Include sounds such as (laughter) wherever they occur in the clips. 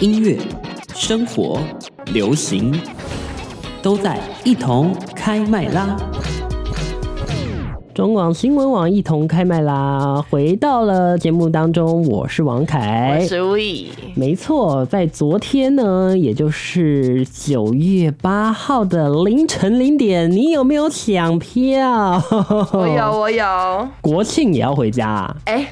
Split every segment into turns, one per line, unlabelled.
音乐、生活、流行，都在一同开麦啦！
中广新闻网一同开麦啦！回到了节目当中，我是王
我
凯。
是 We，
没错，在昨天呢，也就是九月八号的凌晨零点，你有没有抢票？哦
我有我有，
国庆也要回家啊？
哎、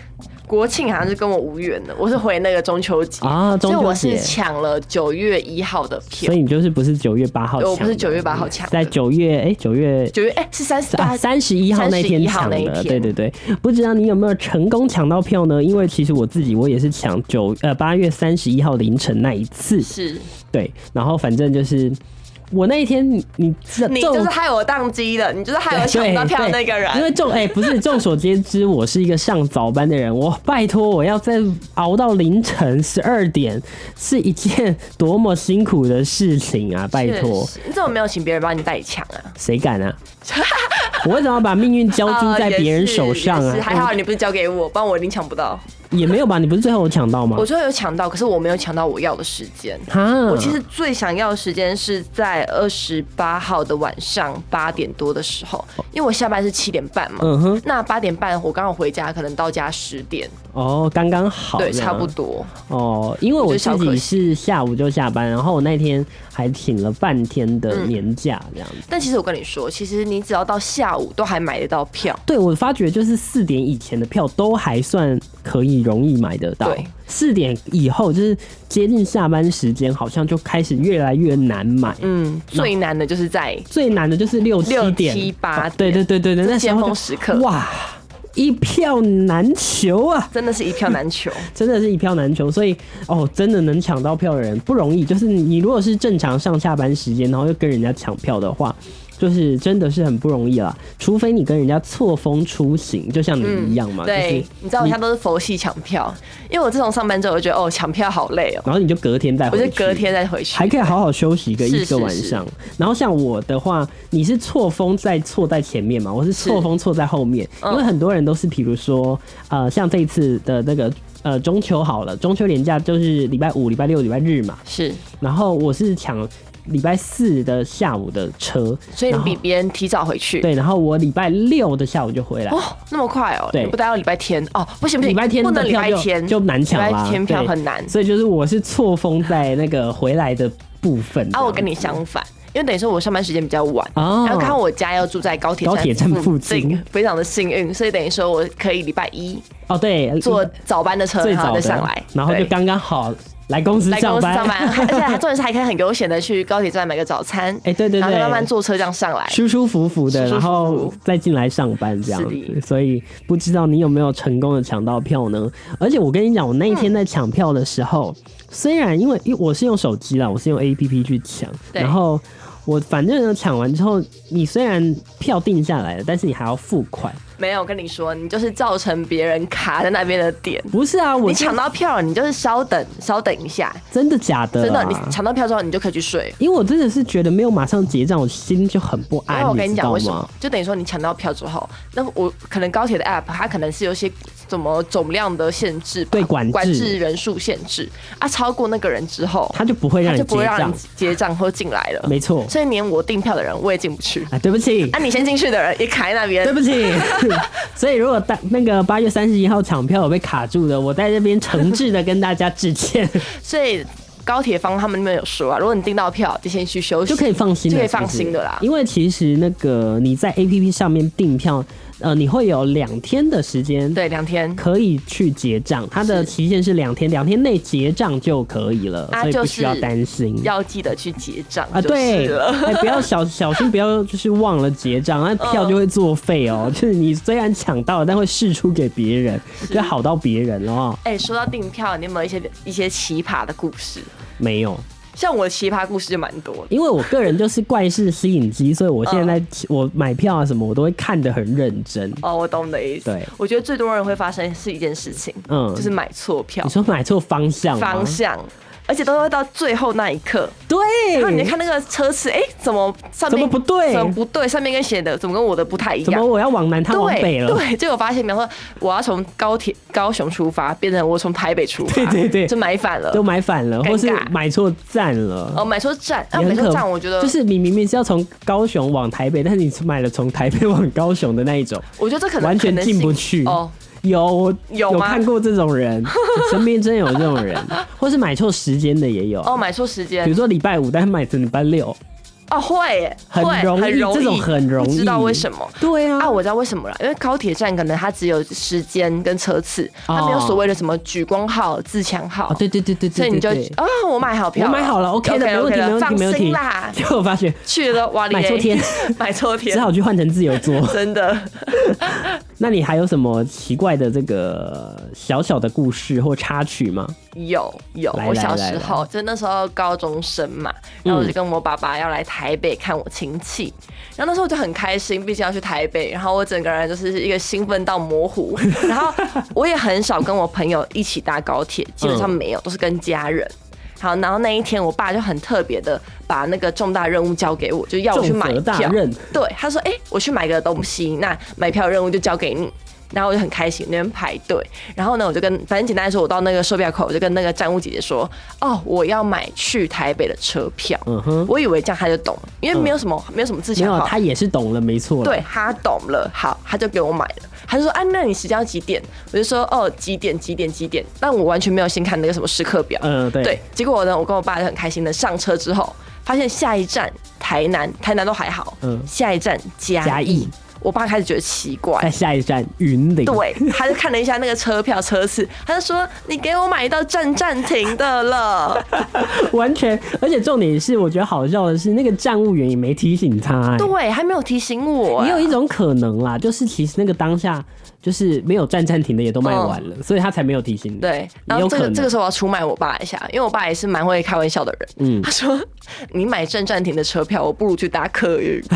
国庆好像是跟我无缘的，我是回那个中秋节，
啊，中
所以
秋
我
节
是，抢了九月一号的票
所，以你就是不是九月八号抢
对
的？
我不是9月8号抢的
在九月哎九月
九月哎、是三十
啊，
八
三十一号那天抢
31号那
的，
一
对
天
对对，不知道你有没有成功抢到票呢？因为其实我自己我也是抢九呃八月三十一号凌晨那一次，
是，
对，然后反正就是我那一天你你这
你就是害我宕机的，你就是害我抢不到票那个
呃对对因
人，
为众哎、不
(laughs)
是众所皆知，我是一个上早班的人，我拜托我要再熬到凌晨十二点，是一件多么辛苦的事情啊！拜托，
确实你怎么没有请别人帮你代抢啊？
谁敢
(laughs)
啊？我为什么要把命运交
啊
诸在别人手上
呃也是
啊？
也是还好你不是交给我，不然我一定抢不到。
也没有吧？你不是最后有抢到吗
我？最后有抢到，可是我没有抢到我要的时间。
哈，
我其实最想要的时间是在二十八号的晚上八点多的时候，因为我下班是七点半嘛。
哦嗯哼，
那八点半我刚好回家，可能到家十点，
哦，刚刚好，
对，
这样
差不多。
哦，因为我
我觉
自
得小
己
可
是下午就下班，然后我那天还请了半天
嗯
的年假，这样子。
但其实我跟你说，其实你只要到下午都还买得到票，
对，我发觉就是四点以前的票都还算可以容易买得到
对，
四点以后就是接近下班时间，好像就开始越来越难买。
嗯，最难的就是在
最难的就是六七
六
点、哦
七八点
对对对对对，那时
尖
候
峰
就
时刻，
哇，一票难求啊！
真的是一票
(laughs)
难求。
真的是一票难求，所以哦，真的能抢到票的人不容易。就是你你如果是正常上下班时间，然后又跟人家抢票的话，就是真的是很不容易啦。除非你跟人家错峰出行，就像你嗯一样嘛，
对
就是，
你知道我现在都是佛系抢票，因为我自从上班之后，我就觉得哦，抢票好累哦，
然后你就隔天再
我
回去，
就隔天再回去。
还可以好好休息个一
是
个
是
晚上。然后像我的话，你是错峰在错在前面嘛，我是错峰错在后面，因为很多人都是比如说呃，像这一次的那个。呃，中秋好了，中秋连假就是礼拜五、礼拜六、礼拜日嘛，
是，
然后我是抢礼拜四的下午的车，
所以你
然后
比别人提早回去。
对，然后我礼拜六的下午就回来。
哦，那么快哦！
对
你不待到礼拜天哦，不行不行，
礼拜天
不
的
能礼
票
拜
就
天
就难抢
礼
啦
拜，天票
对
很难
所以就是我是错峰在那个回来的部分
啊。我跟你相反，因为等于说我上班时间比较晚，
哦
然后刚好我家又住在高铁
高铁站附近
非常的幸运，所以等于说我可以礼拜一
哦对
坐早班的车，
最
然
早
后
的
再上来，
然后就
对
刚刚好来公司
来公
上
司
班，
上班，而且
(laughs)
还重点是还可以很悠闲的去高铁站买个早餐，
哎对对
然后
对
再慢慢坐车这样上来。
舒舒服服的，
舒
然
舒服服
后再进来上班这样
是
子
的，
所以不知道你有没有成功的抢到票呢？而且我跟你讲，我那一天在抢票的时候，虽然因为因为我是用手机啦，我是用 A P P 去抢，
对
然后我反正呢抢完之后，你虽然票定下来了，但是你还要付款。
没有，我跟你说，你就是造成别人卡在那边的点。
不是啊，我
你抢到票了，你就是稍等，稍等一下，
真的假的、啊？
真的，你抢到票之后，你就可以去睡了。
因为我真的是觉得没有马上结账，我心就很不
因
安
为，我跟你
哎知
讲
道
为什么
吗？，
就等于说你抢到票之后，那我可能高铁的 app 它可能是有一些怎么总量的限制吧，
对管制
人数限制啊，超过那个人之后，
他就不会让你
它就不
结
会让
账
你，结账或进来了。
没错。
所以连我订票的人我也进不去，
啊，对不起，
啊，你先进去的人也卡在那 (laughs) 边
对。不起，所以如果大那个八月三十一号抢票有被卡住的，我在这边诚挚的跟大家致
(laughs)
歉，
所以高铁方他们那边有说啊，如果你订到票，就先去休息，
就可以放心了，
就可以放
是不是
心的啦
因为其实那个你在 A P P 上面订票，呃，你会有两天的时间。
对两天。
可以去结账，它的
是
期限是两天，两天内结账就可以了，
啊
所以不
就是
需要担心。
要记得去结账
啊，
就是
对，
了。
哎，不要
(laughs)
小小心，不要就是忘了结账，那
嗯
票就会作废哦。 (laughs) 就是你虽然抢到了，但会试出给别人，就好到别人了哦。
哎、说到订票，你有没有一些一些奇葩的故事？
没有，
像我的奇葩故事就蛮多的。
因为我个人就是怪事吸引机，所以我现在我买票啊什么，我都会看得很认真。
嗯哦，我懂你的意思。
对，
我觉得最多人会发生是一件事情，
嗯
就是买错票
你，说买错方向吗
方向。而且都会到最后那一刻。
对，
然后你看那个车次，哎、怎么上
嗯怎
面
么不对
怎么不对？上面跟写的怎么跟我的不太一
怎么
样？
我要往南，他往北
对
了？ (laughs)
对，就有发现，比方说我要从高铁高雄出发，变成我从台北出发，
(laughs) 对对对
就买反了
都。买反了，
尴尬
或是买错站了。
哦，买错站，啊，
也
买
很
错
可
站，我觉得
就是你明明是要从高雄往台北，但是你买了从台北往高雄的那一种，
我觉得这 (laughs) 可能
完全
可能
进
性
不去
哦。
有我
有
有
吗
看过这种
(laughs)
人，身边真有这种人，或是买错时间的也有。
哦，买错时间
比如说礼拜五，但是买成礼拜六，
哦，会耶，
很
会
容易
很容易，
这种很容易
不知道为什么。
对啊，
啊，我知道为什么了，因为高铁站可能它只有时间跟车次，它没有
哦
所谓的什么莒光号、自强号。
哦，对对对对
所
对
以你
对
就
对，
啊，我买好票，
我买好了，OK 的，没问
OK
题，没
了，
问题，
放
没问
心
题 (laughs)
啦。。
结果我发现
去了哇哩嘞，
买错天，
(laughs) 买错
只
天，
好去换成自由座。
(laughs) 真的。
那你还有什么奇怪的这个小小的故事或插曲吗？
有有，
来
我
来
小
来
时
来嗯
候就那时候高中生嘛，然后我就跟我爸爸要来台北看我亲戚，然后那时候我就很开心，毕竟要去台北，然后我整个人就是一个兴奋到模糊，然后我也很少跟我朋友一起搭高铁，基本上
嗯
没有，都是跟家人。好，然后那一天，我爸就很特别的把那个重大任务交给我，就要我去
重
买
责大
票。
任，
对，他说：“哎、我去买个东西，那买票任务就交给你。”然后我就很开心，那边排队。然后呢，我就跟反正简单来说，我到那个售票口，我就跟那个站务姐姐说：“哦，我要买去台北的车票。
嗯哼，
我以为这样他就懂，因为没有什么、没有什么自
没
强
有，啊
号，
他也是懂了，没错。
对，他懂了，好，他就给我买了。他就说：“啊，那你时间要几点？”我就说：“哦，几点几点几点。”但我完全没有先看那个什么时刻表。
嗯，对，
对，结果呢，我跟我爸就很开心的上车之后，发现下一站台南，台南都还好，
嗯
下一站嘉
嘉义哎
我爸开始觉得奇怪
在。下一站云林，，
对，他就看了一下那个车票车次，他就说：“你给我买到站站停的
(laughs)
了。
完全，而且重点是，我觉得好笑的是，那个站务员也没提醒他、哎”
对，还没有提醒我、
也有一种可能啦，就是其实那个当下就是没有站暂停的也都卖完了，所以他才没有提醒你。
嗯对，
也
然
有
后
可
这个
能。
这个时候我要出卖我爸一下，因为我爸也是蛮会开玩笑的人。
嗯
他说：“你买站站停的车票，我不如去搭客
(laughs)
运。” (laughs)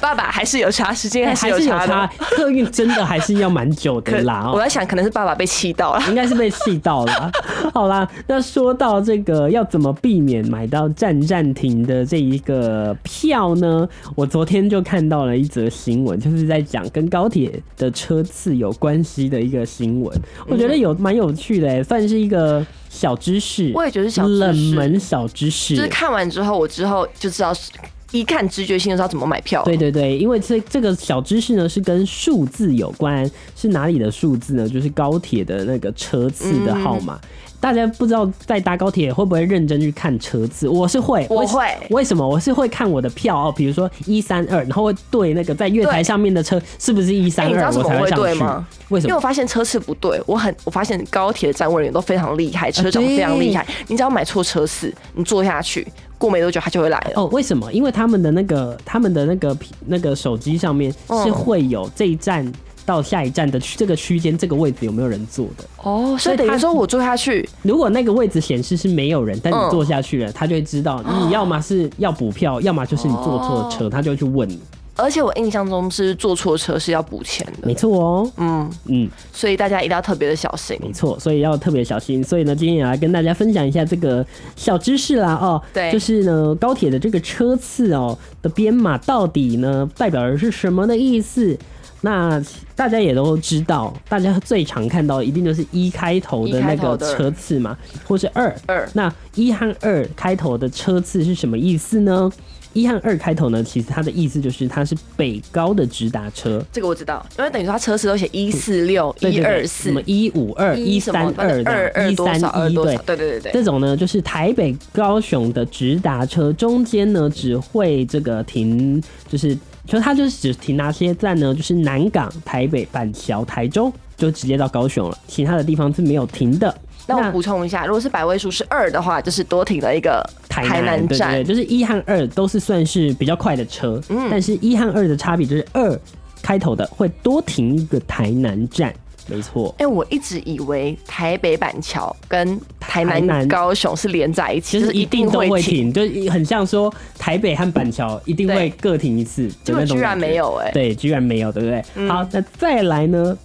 爸爸还是有差，时间还是
哎还
有
是有
差的。
差，客运真的还是要蛮久的
可 (laughs)
啦。
我
哦
在想，可能是爸爸被气到了。
应该是被气到了。
(laughs)
好啦，那说到这个要怎么避免买到站站停的这一个票呢？我昨天就看到了一则新闻，就是在讲跟高铁的车次有关系的一个新闻，我
嗯
觉得有蛮有趣的、欸，算是一个小知识。
我也觉得是小知识
冷门小知识，
就是看完之后，我之后就知道是，一看直觉性就知道怎么买票。
对，对对，因为这这个小知识呢是跟数字有关，是哪里的数字呢？就是高铁的那个车次的号码。嗯大家不知道在搭高铁会不会认真去看车次？我是会，
我
为什
会
为什么？我是会看我的票哦，比如说一三二，然后会对那个在月台
对
上面的车是不是一
哎
三
你知
二，
道
我才
怎么会
上
对
去
吗。
为什
因为
么
我？发现车次不对，我很我发现高铁的站务人员都非常厉害，车长非常厉
哦
害。你只要买错车次，你坐下去，过没多久他就会来了。
哦，为什么？因为他们的那个他们的那个那个手机上面
嗯
是会有这一站到下一站的区这个区间这个位置有没有人坐的。
哦，所
所
以
以他
等于说我坐下去，
如果那个位置显示是没有人，但你
嗯哦
坐下去了，他就会知道你要么是要补票，要么就是你坐错车，他就会去问你。
而且我印象中是坐错车是要补钱的
没。错哦，
嗯，
嗯，
所以大家一定要特别的小心。
没错，所以要特别小心。所以呢，今天也来跟大家分享一下这个小知识啦哦，
对
就是呢高铁的这个车次哦的编码到底呢代表的是什么的意思？那大家也都知道，大家最常看到一定就是一开头的那
一开头
个
的
车次嘛，或是二
二
那一和二开头的车次是什么意思呢？一和二开头呢，其实它的意思就是它是北高的直达车，
这个我知道，因为等于说他车次都写一四六、
嗯对
一
对对
二
什
四
么、一五二、一
什
三
么
二、
二二
一
多少、
三
二
一，
多
对
少？。对对对对。
这种呢，就是台北、高雄的直达车中间呢，只会这个停，就是就它就是只停哪些站呢？就是南港、台北、板桥、台中，就直接到高雄了，其他的地方是没有停的。
那我补充一下，如果是百位数是二的话，就是多停了一个
台
台南
对
站
对
嗯
对，。就是一和二都是算是比较快的车，但是一和二的差别就是二开头的会多停一个台南站，没错。
哎、我一直以为台北板桥跟台
台南
南高雄是连在一起，
其实一定都
会
会。停，就是很像说台北和板桥一定会各停一次的那种感觉，
结果居然没有哎
嗯对，居然没有，对不对？好，那再来呢？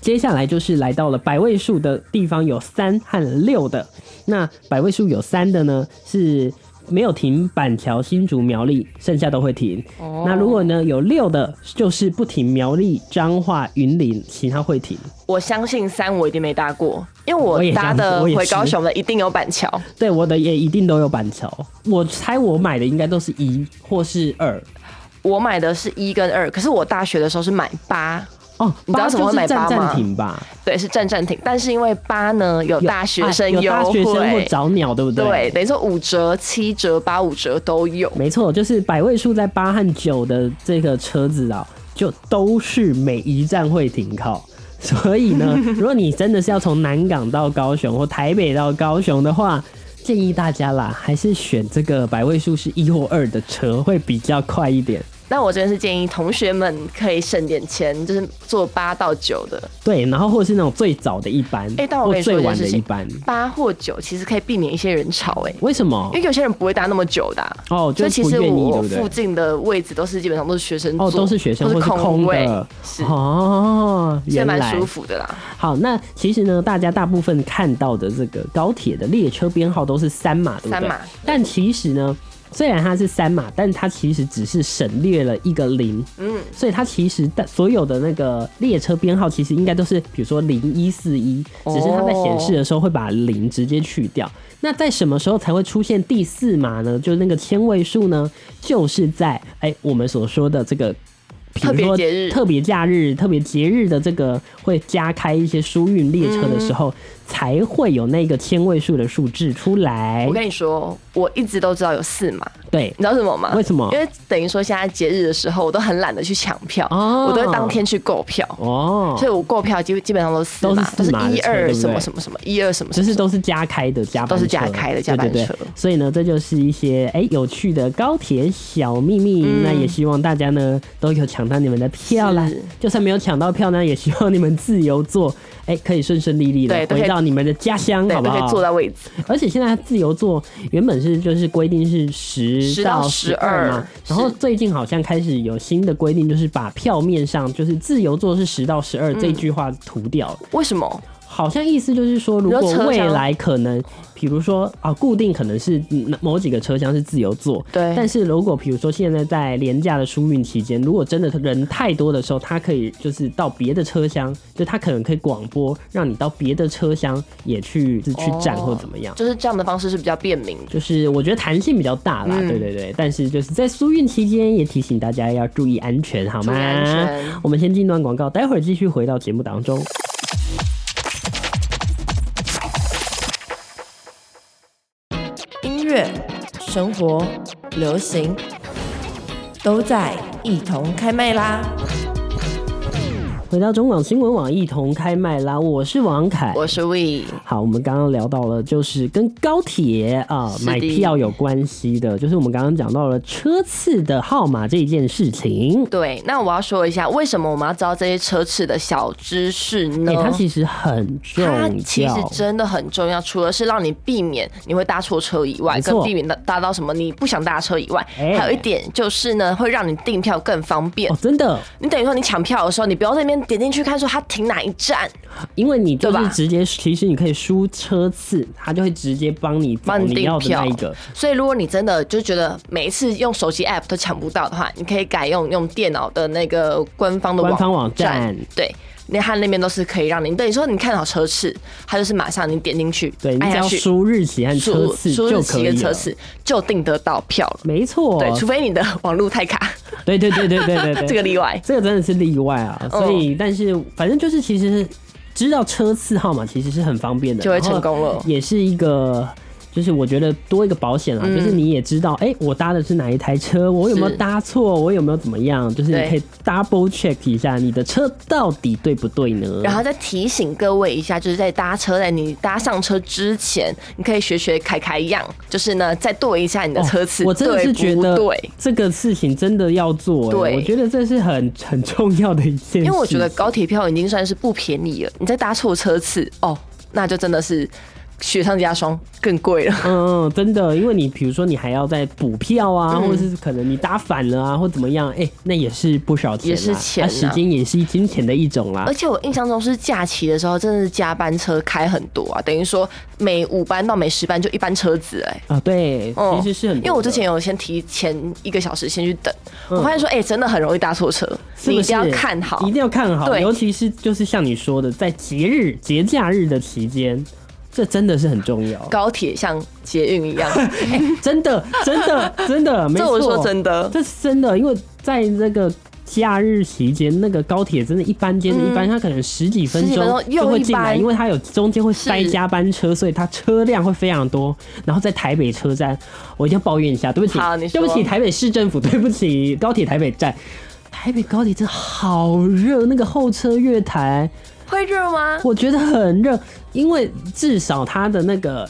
接下来就是来到了百位数的地方，有三和六的。那百位数有三的呢，是没有停板桥、新竹、苗栗，剩下都会停。
哦
那如果呢有六的，就是不停苗栗、彰化、云林，其他会停。
我相信三我一定没搭过，因为我
我也
搭
相信
的
我也
回
是
高雄的一定有板桥。
对，我的也一定都有板桥。我猜我买的应该都是一或是二。
我买的是一跟二，可是我大学的时候是买八，
哦，
你知道
八
怎么
就
会
是
买
站
八吗
站停吧？
对，是站站停。但是因为八呢有
有
大学生
啊有
优
大学生或
惠，
早鸟，对不对？
对，等于说五折、七折、八五折都有。
没错，就是百位数在八和九的这个车子啊，就都是每一站会停靠。 (laughs) 所以呢，如果你真的是要从南港到高雄或台北到高雄的话，建议大家啦，还是选这个百位数是一或二的车会比较快一点。
那我这边是建议同学们可以省点钱，就是坐八到九的，
对，然后或是那种最早的一班，
哎但我跟
或
你
最
说一件
晚的
事
一
情
班，
八或九其实可以避免一些人潮、哎，
为什么
因为？有些人不会搭那么久的啊、
哦，
所
就
以
是
其
不
实
愿意，对不
我附
对？
近的位置都是基本上都是学生
哦，
座
都是学生或
都是
空
位，
的，
是
哦，
是
原
蛮
来
舒服的啦。
好，那其实呢，大家大部分看到的这个高铁的列车编号都是三码，对不对？
三码
但其实呢，虽然它是三码，但它其实只是省略了一个零，
嗯，
所以它其实的所有的那个列车编号其实应该都是，比如说零一四一，只是它在显示的时候会把零直接去掉。那在什么时候才会出现第四码呢？就是那个千位数呢？就是在哎、我们所说的这个。比如说
特别节日
特别假日、特别节日的这个会加开一些疏运列车的时候，
嗯
才会有那个千位数的数字出来
我。跟你说，我一直都知道有四码，
对
你知道为什么吗？
为什么
因为等于说现在节日的时候，我都很懒得去抢票，
哦
我都会当天去购票，
哦，
所以我购票基基本上都是四码，
都是
都是
四码的
一
车对
二
不对
什么什么什么，一二什么什
就
么，
是都是加开的加班车，
都是加开的加班车
对对对所以呢，这就是一些哎、有趣的高铁小秘密。那也希望大家呢都有抢到你们的票啦
嗯是，
就算没有抢到票呢，也希望你们自由坐，哎、可以顺顺利利的
对都可以
回到你们的家乡，
对，
好不
都可以
好？
坐到位置。
而且现在自由座原本是就是规定是十
10
到
到
十二嘛，然后
是
最近好像开始有新的规定，就是把票面上就是自由座是十到十
嗯
二这句话涂掉了。
为什么？
好像意思就是说，如
说
果
车
未
厢
来可能，比如说啊，固定可能是嗯某几个车厢是自由座，
对
但是如果比如说现在在廉价的疏运期间，如果真的人太多的时候，它可以就是到别的车厢，就它可能可以广播让你到别的车厢也去就是去站
哦
或怎么样。
就是这样的方式是比较便民的。
就是我觉得弹性比较大啦，
嗯
对对对，但是就是在疏运期间也提醒大家要注意安全，好吗？
注意安全
我们先进一段广告，待会儿继续回到节目当中。
音乐、生活、流行，都在一同开麦啦！
回到中广新闻网一同开麦啦，我是王凯。
我是 We，
好，我们刚刚聊到了，就是跟高铁啊、
是的
买票有关系的，就是我们刚刚讲到了车次的号码这一件事情。
对，那我要说一下，为什么我们要知道这些车次的小知识呢？
哎、它其实很重要，
它其实真的很重要，除了是让你避免你会搭错车以外，
没错
跟避免搭搭到什么你不想搭的车以外，
哎
还有一点就是呢，会让你订票更方便。
哦，真的，
你等于说你抢票的时候，你不要在那边点进去看说它停哪一站，
因为你就
对
是
吧
直接，其实你可以输车次，它就会直接帮你找
帮你
你
订
要的
票
那一个。。
所以如果你真的就觉得每一次用手机 app 都抢不到的话，你可以改用用电脑的那个官方的
官方网站
对。那它那边都是可以让你，等于说你看好车次，它就是马上你点进去，
对，你
按
只
下
要
去
输日期和车
哎输
次
输
就
日
可
期
以
跟
了。
车次就订得到票了。
没错，
对，除非你的网络太卡，
对对对对对对 (laughs) 对，
(laughs) 这个例嗯外。
这个真的是例外啊，所以、但是反正就是其实知道车次号码其实是很方便的，
就会成功了
然后也是一个。就是我觉得多一个保险啊，就是你也知道，哎、我搭的是哪一台车，我有没有
嗯是
搭错，我有没有怎么样，就是你
对
可以 double check 一下你的车到底对不对呢？
然后再提醒各位一下，就是在搭车，在你搭上车之前，你可以学学凯凯一样，就是呢，再对一下你的
哦
车次，
我真的是觉得
对不对。
这个事情真的要做、哎
对
我觉得这是很很重要的一件事，
因为我觉得高铁票已经算是不便宜了，你再搭错车次哦，那就真的是雪上加霜，更贵了。
嗯，真的，因为你比如说你还要再补票啊，
嗯
或者是可能你搭反了啊，或怎么样，哎、那也是不少钱啦，
也是钱
啊
啊
时间也是金钱的一种啦
(laughs) 而。且我印象中是假期的时候，真的是加班车开很多啊，等于说每五班到每十班就一班车子哎、
啊，对，
哦，
其实是很多的，嗯
因为我之前有先提前一个小时先去等，我发现说，哎、真的很容易搭错车，
是
你
不
一
是
定要看好
一。定要看好，
对
尤其是就是像你说的，在节日、节假日的期间，这真的是很重要，
高铁像捷运
(laughs)
一样，
真的，真的，真的，没
这
错，
我说真的，
这是真的，因为在这个假日期间，那个高铁真的，一般接着一般，它可能十几分
嗯十几分
钟
钟又
就会进
一
来，
班
因为它有中间会塞
是
加班车，所以它车辆会非常多。然后在台北车站，我一定要抱怨一下，对不起
好你，
对
说
不起，台北市政府，对不起，高铁台北站。台北高铁真的好热，那个候车月台
会热吗？
我觉得很热，因为至少它的那个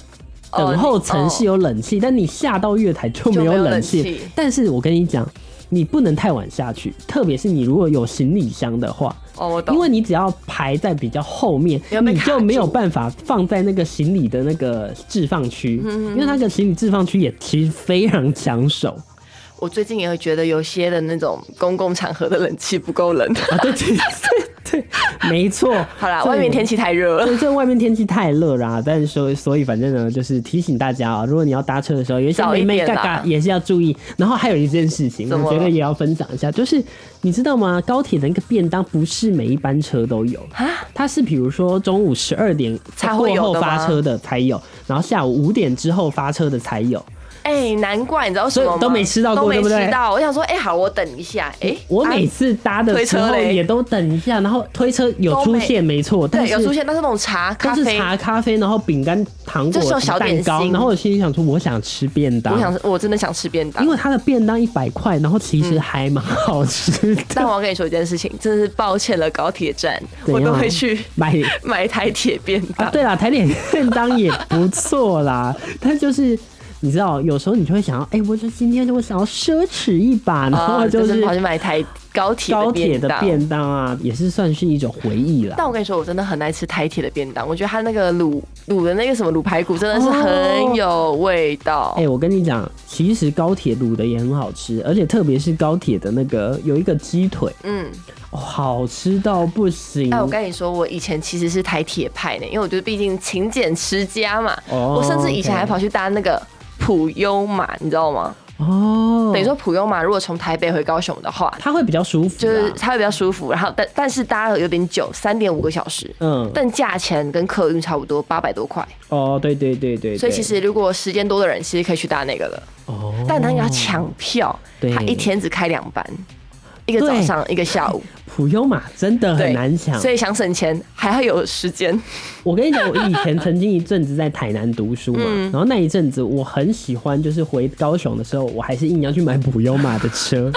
哦
等候层是有冷气，但你下到月台就没有冷
就没有
气
冷气。
但是我跟你讲，你不能太晚下去，特别是你如果有行李箱的话，
哦，我懂，
因为你只要排在比较后面，
你会被
你
卡
就
住
没有办法放在那个行李的那个置放区，
嗯
因为那个行李置放区也其实非常抢手。
我最近也会觉得有些的那种公共场合的冷气不够
(laughs)
冷。
啊，对对对对，没错。
好啦，
所以
外面天气太热了，
对，这外面天气太热啦、但是说，所以反正呢，就是提醒大家啊，如果你要搭车的时候，有一些
早一
妹妹
点
嘎
啦
嘎也是要注意。然后还有一件事情，
怎么
我
了
觉得也要分享一下，就是你知道吗？高铁的那个便当不是每一班车都有
啊，
它是比如说中午十二点
才
过
会有
后
的吗
发车的才有，然后下午五点之后发车的才有。
哎、难怪你知道为什么
所
吗？
以都没吃到过
都没
对不对
吃到。我想说，哎、好，我等一下。哎、
我
啊
每次搭的
推
时
车
候
嘞
也都等一下，然后推车有
都
出
没
现没错，但
对
是
有出现，但是那种茶
都
咖
是
啡，
茶、咖啡，然后饼干、糖果、
这时候小
蛋
点
糕，
心
然后我心里想说，我想吃便当，
我想我真的想吃便当
因。为它的便当一百块，然后其实还蛮好吃的。
但我要跟你说一件事情，真是抱歉了高铁站，
怎
我
样
都会去
(laughs)
(laughs)
买
买一台铁便当。
啊，对啦，台点便当也不错啦， (laughs) 但就是。你知道，有时候你就会想要，哎、我就今天我想要奢侈一把，然后
啊，
就
就是
是
跑去买一台高铁
高铁
便
的
当。
便当啊，也是算是一种回忆啦。
但我跟你说，我真的很爱吃台铁的便当，我觉得它那个卤卤的那个什么卤排骨真的是很有味
哦
道。
哎、我跟你讲，其实高铁卤的也很好吃，而且特别是高铁的那个有一个鸡腿，
嗯，
哦，好吃到不行。
哎，我跟你说，我以前其实是台铁派呢，因为我觉得毕竟勤俭持家嘛。
哦
我甚至以前
OK
还跑去搭那个普悠玛，你知道吗？
哦，
等于说普悠玛如果从台北回高雄的话，
它会比较舒服啦，
就是它会比较舒服，然后但但是搭了有点久，三点五个小时，
嗯
但价钱跟客运差不多，八百多块。
哦，对对对对
所以
对
其实如果时间多的人，其实可以去搭那个的，
哦，
但那个要抢票，
对
他一天只开两班，一个早
对
上一个下午，
普悠玛真的
对
(laughs) 很难抢。
所以想省钱还要有时间。
我跟你讲，我以前曾经一阵子在台南读书嘛，
嗯
然后那一阵子我很喜欢，就是回高雄的时候，我还是硬要去买普悠玛的
(laughs)
车，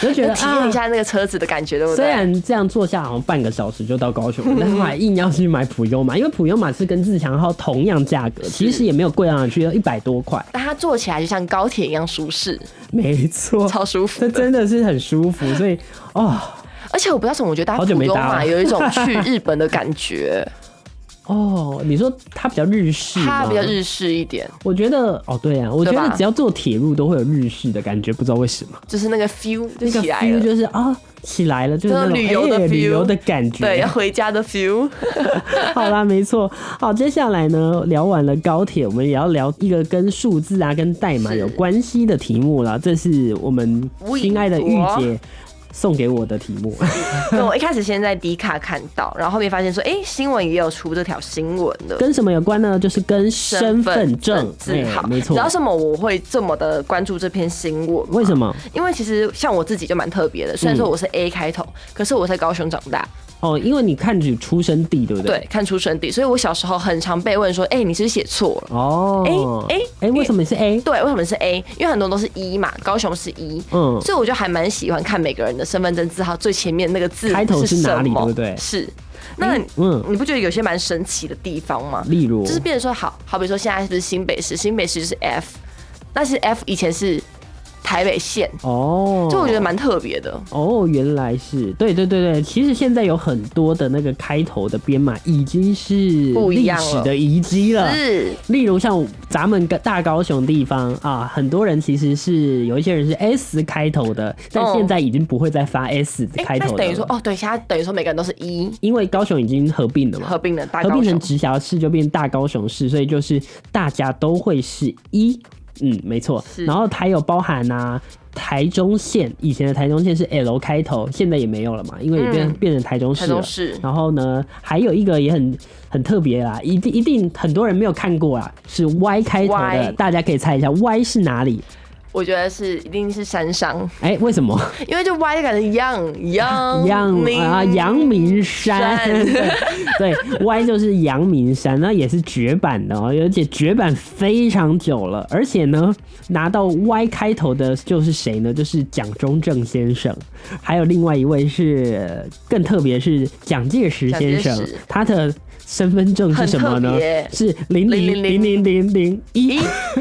我就觉得
要体验一
啊。
下那个车子的感觉，对不
虽
对？
然这样坐下好像半个小时就到高雄了， (laughs) 但是我还硬要去买普悠玛，因为普悠玛是跟自强号同样价格，其实也没有贵到哪去，要一百多块，
但它坐起来就像高铁一样舒适，
没错，
超舒服
这
的。
真的是很舒服，所以哦
而且我不知道为什么，我觉得搭
好久
普
没
悠
搭
玛
了
有一种
(laughs)
去日本的感觉，
哦，你说它比较日式，
它比较。日式一点，
我觉得哦，对啊，我觉
对
得
吧
只要坐铁路都会有日式的感觉，不知道为什么，
就是那个 feel 就
那个
起来
feel
了。
就是啊、起来了，就是那
那
种
种旅游的
哎
feel
旅游的感觉。
对，要回家的 feel。
(laughs) 好啦，没错。好，接下来呢，聊完了高铁，我们也要聊一个跟数字啊、跟代码
是
有关系的题目啦。这是我们
无
亲
影
爱的玉
国
姐送给我的题目。 (laughs)
对，我一开始先在迪卡看到，然后后面发现说，哎、新闻也有出这条新闻的。
跟什么有关呢？就是跟身份证
字号，
哎没错
你知。道为什么我会这么的关注这篇新闻吗？
为什？么？
因为其实像我自己就蛮特别的，虽然说
嗯
我是 A 开头，可是我在高雄长大，
哦，因为你看你出生地，对不对？
对，。看出生地，所以我小时候很常被问说，哎、你是不是写错了？
哦，
哎哎
哎，为什么你是 A？
对，为什么是 A？因为很多都是一、嘛，高雄是一、
嗯
所以我就还蛮喜欢看每个人的身份证字号最前面那个字
开头是
是什
哪里
么
对不对
是。那
嗯
嗯，你不觉得有些蛮神奇的地方吗？
例如
就是变成说，好好比说现在是不是新北市？新北市就是 F，但是 F 以前是台北县，
哦，
就我觉得蛮特别的。
哦，原来是对对对对，其实现在有很多的那个开头的编码已经是
不一
历
样
史
了
的遗迹了，
是，
例如像咱们个大高雄地方啊，很多人其实是有一些人是 S 开头的，但
嗯
现在已经不会再发 S
哎、
开
那
头的、
等于说，，哦，对，现在等于说每个人都是一
因为高雄已经合并了嘛，
合并的大
合
高
并成
雄，
直辖市就变大高雄市，所以就是大家都会是一，嗯，没错。
是
然后还有包含啊，台中县以前的台中县是 L 开头，现在也没有了嘛，因为也变、
嗯
变成台中市啊
台
了。
中市
然后呢，还有一个也很很特别啦，一定一定很多人没有看过啊，是 Y 开头的
Y
大家可以猜一下 Y 是哪里？
我觉得是一定是山上，
哎、为什么？
因为就 Y 感觉阳阳
阳
明
啊，阳明山，
山
对对，Y 就是阳明山，那也是绝版的哦，而且绝版非常久了，而且呢，拿到 Y 开头的就是谁呢？就是蒋中正先生，还有另外一位是更特别是蒋介石先
蒋
生
介石，
他的身份证是什么
很
呢
特别？
是零零零零零零一。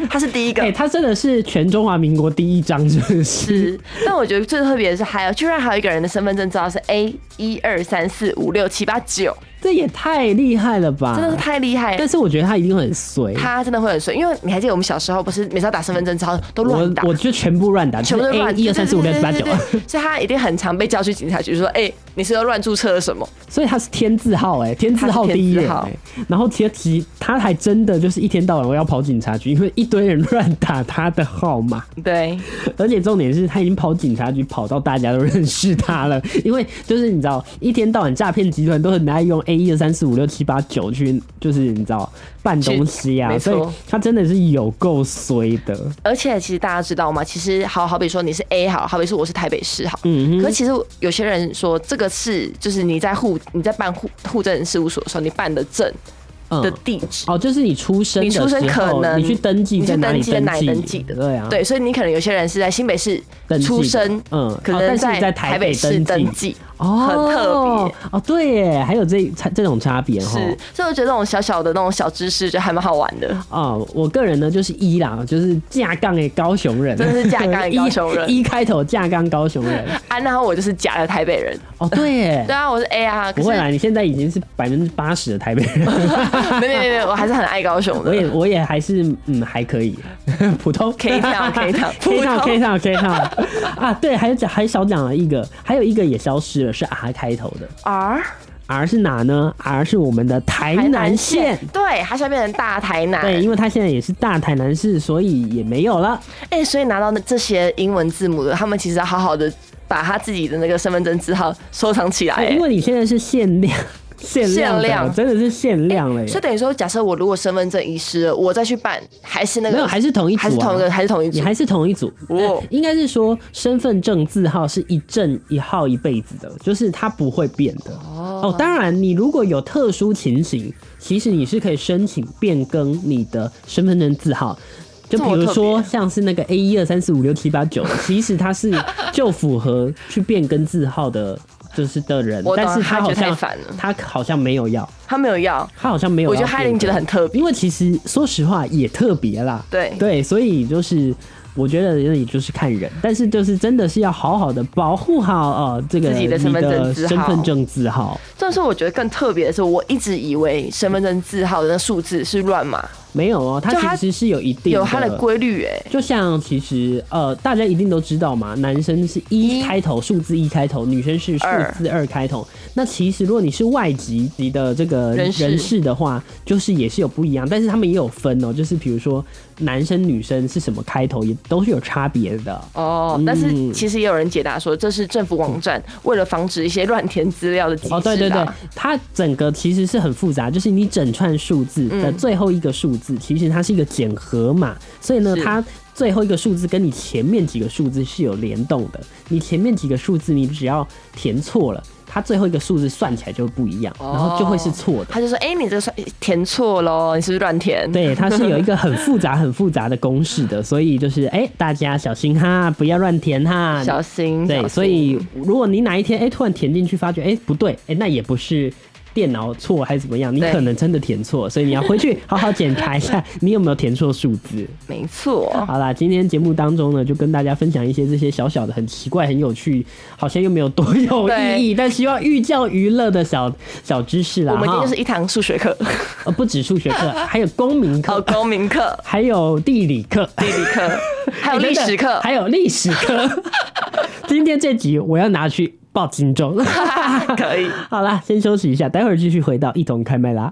他是第一个。
哎、他真的是全中华民国第一张，真的是。
是，但我觉得最特别的是，还有居然还有一个人的身份证照是 A 一二三四五六七八九，
这也太厉害了吧！
真的是太厉害了
但。是我觉得他一定很衰，
他真的会很顺，因为你还记得我们小时候不是每次要打身份证照都
我
乱打，
我就全部乱打，
全部都乱，
一二三四五六七八九，
对对对对对所以他一定很常被叫去警察局说：“哎、你是又乱注册了什么
所以他是天字号哎、天字号第一人、
他是
哎，然后其实其他还真的就是一天到晚我要跑警察局，因为一堆人乱打他的号码，？”
对，
而且重点是他已经跑警察局跑到大家都认识他了， (laughs) 因为就是你知道一天到晚诈骗集团都很爱用 A 一二三四五六七八九去就是你知道办东西啊，
去没
所
错
以他真的是有够衰的，
而且其实大家知道吗？其实好好比说你是 A 好，好比说我是台北市好，
嗯
可
哼，
其实有些人说这个是就是你在户你在办户户政事务所的时候，你办的证的
嗯。
地址。
哦，就是你出生的
你出生
时候
可能
你去登记
你去
在哪里
登记在哪里
登
登记的
对啊，
对，所以你可能有些人是在新北市
登记的
出生，
嗯
可
哦但
能
是你在台
台北
北
市
登
登
记
记，
哦，
很特别。
哦，对耶，还有这差这种差别哈。
是，所以我觉得这种小小的那种小知识，就还蛮好玩的。 (laughs)
哦，我个人呢就是一啦，就是架杠的高雄人，
真的是架杠的高雄
(laughs)
人
一一开头架杠高雄人。
啊，然后我就是假的台北人，
哦，对耶
(laughs) 对，啊，我是 A 啊，可
不
是
会啦，你现在已经是百分之八十的台北人，
(laughs) 没没没没，我还是很爱高雄
(laughs)
的
我。也我也还是嗯还可以，普通
K 套 K 套
K
普
套
通
K 套 K 套 (laughs) 啊，对，还有讲还少讲了一个，还有一个也消失了，是 R 开头的
R
，R 是哪呢？R 是我们的台
台
南
南
县
县，，对，它现在变成大台南，
对，因为它现在也是大台南市，所以也没有了。啊
哎、所以拿到那这些英文字母的，他们其实要好好的把他自己的那个身份证字号收藏起来、
哎因为你现在是限量，限量的，
限量
真的是限量了耶。
所以等于说，假设我如果身份证遗失了，我再去办，还是那
没有，
个，
还是同一组、啊，
还是同一个，还是同一
你
组，
还是同一组。
哦
应该是说身份证字号是一正一号一辈子的，就是它不会变的。哦当然，你如果有特殊情形，其实你是可以申请变更你的身份证字号。就
这
比
么
如
特别啊
说，像是那个 A 一二三四五六七八九，其实它是就符合去变更字号的，就是的人
我，懂
但是
他觉
好
得太
像
烦了
他好像没有要，
他没有要。
他好像没有啊
我
要变更。
觉得哈林觉得很特别，
因为其实说实话也特别啦，
对
对，所以就是我觉得也就是看人，但是就是真的是要好好的保护好呃这个
自己的
你
身份证字
身
号
份证字号，
但是我觉得更特别的是，我一直以为身份证字号的那数字是乱码，
没有哦，
就它
它其实是有一定
有它的规律哎、
就像其实呃，大家一定都知道嘛，男生是一
一
开头，数字一开头；女生是数
二
字二开头。那其实如果你是外籍籍的这个
人士
人士的话，就是也是有不一样，但是他们也有分哦，就是比如说男生女生是什么开头，也都是有差别的。
哦，但是
嗯
其实也有人解答说，这是政府网站为了防止一些乱填资料的机制啊啦
哦，对对对，它整个其实是很复杂，就是你整串数字的
嗯
最后一个数字，其实它是一个减和码，所以呢，
是
它最后一个数字跟你前面几个数字是有联动的。你前面几个数字你只要填错了，它最后一个数字算起来就会不一样，
哦
然后就会是错的。
他就说：“哎、你这个算填错喽，你是不是乱填？”
对，它是有一个很复杂、很复杂的公式的，所以就是哎、大家小心哈，不要乱填哈，
小心。小
对，
心
所以如果你哪一天哎、突然填进去，发觉哎、不对，哎、那也不是电脑错还是怎么样，你
对
可能真的填错，所以你要回去 (laughs) 好好检查一
(laughs)
下你有没有填错数字。
没错，
好啦，今天节目当中呢，就跟大家分享一些这些小小的、很奇怪、很有趣，好像又没有多有
对
意义，但希望寓教于乐的小小知识啦。
我们今
哈
天是一堂数学课，
呃不止数学
(laughs)
课，还有公民
哦， (laughs)
课，
公民课、
还有地理课，
地理 (laughs) 课，还有
哎
历
等等
史课，
还有历史
(laughs)
课。今天这集我要拿去报金钟。
(laughs) 可以。
好啦，先休息一下，待会儿继续回到一同开麦啦。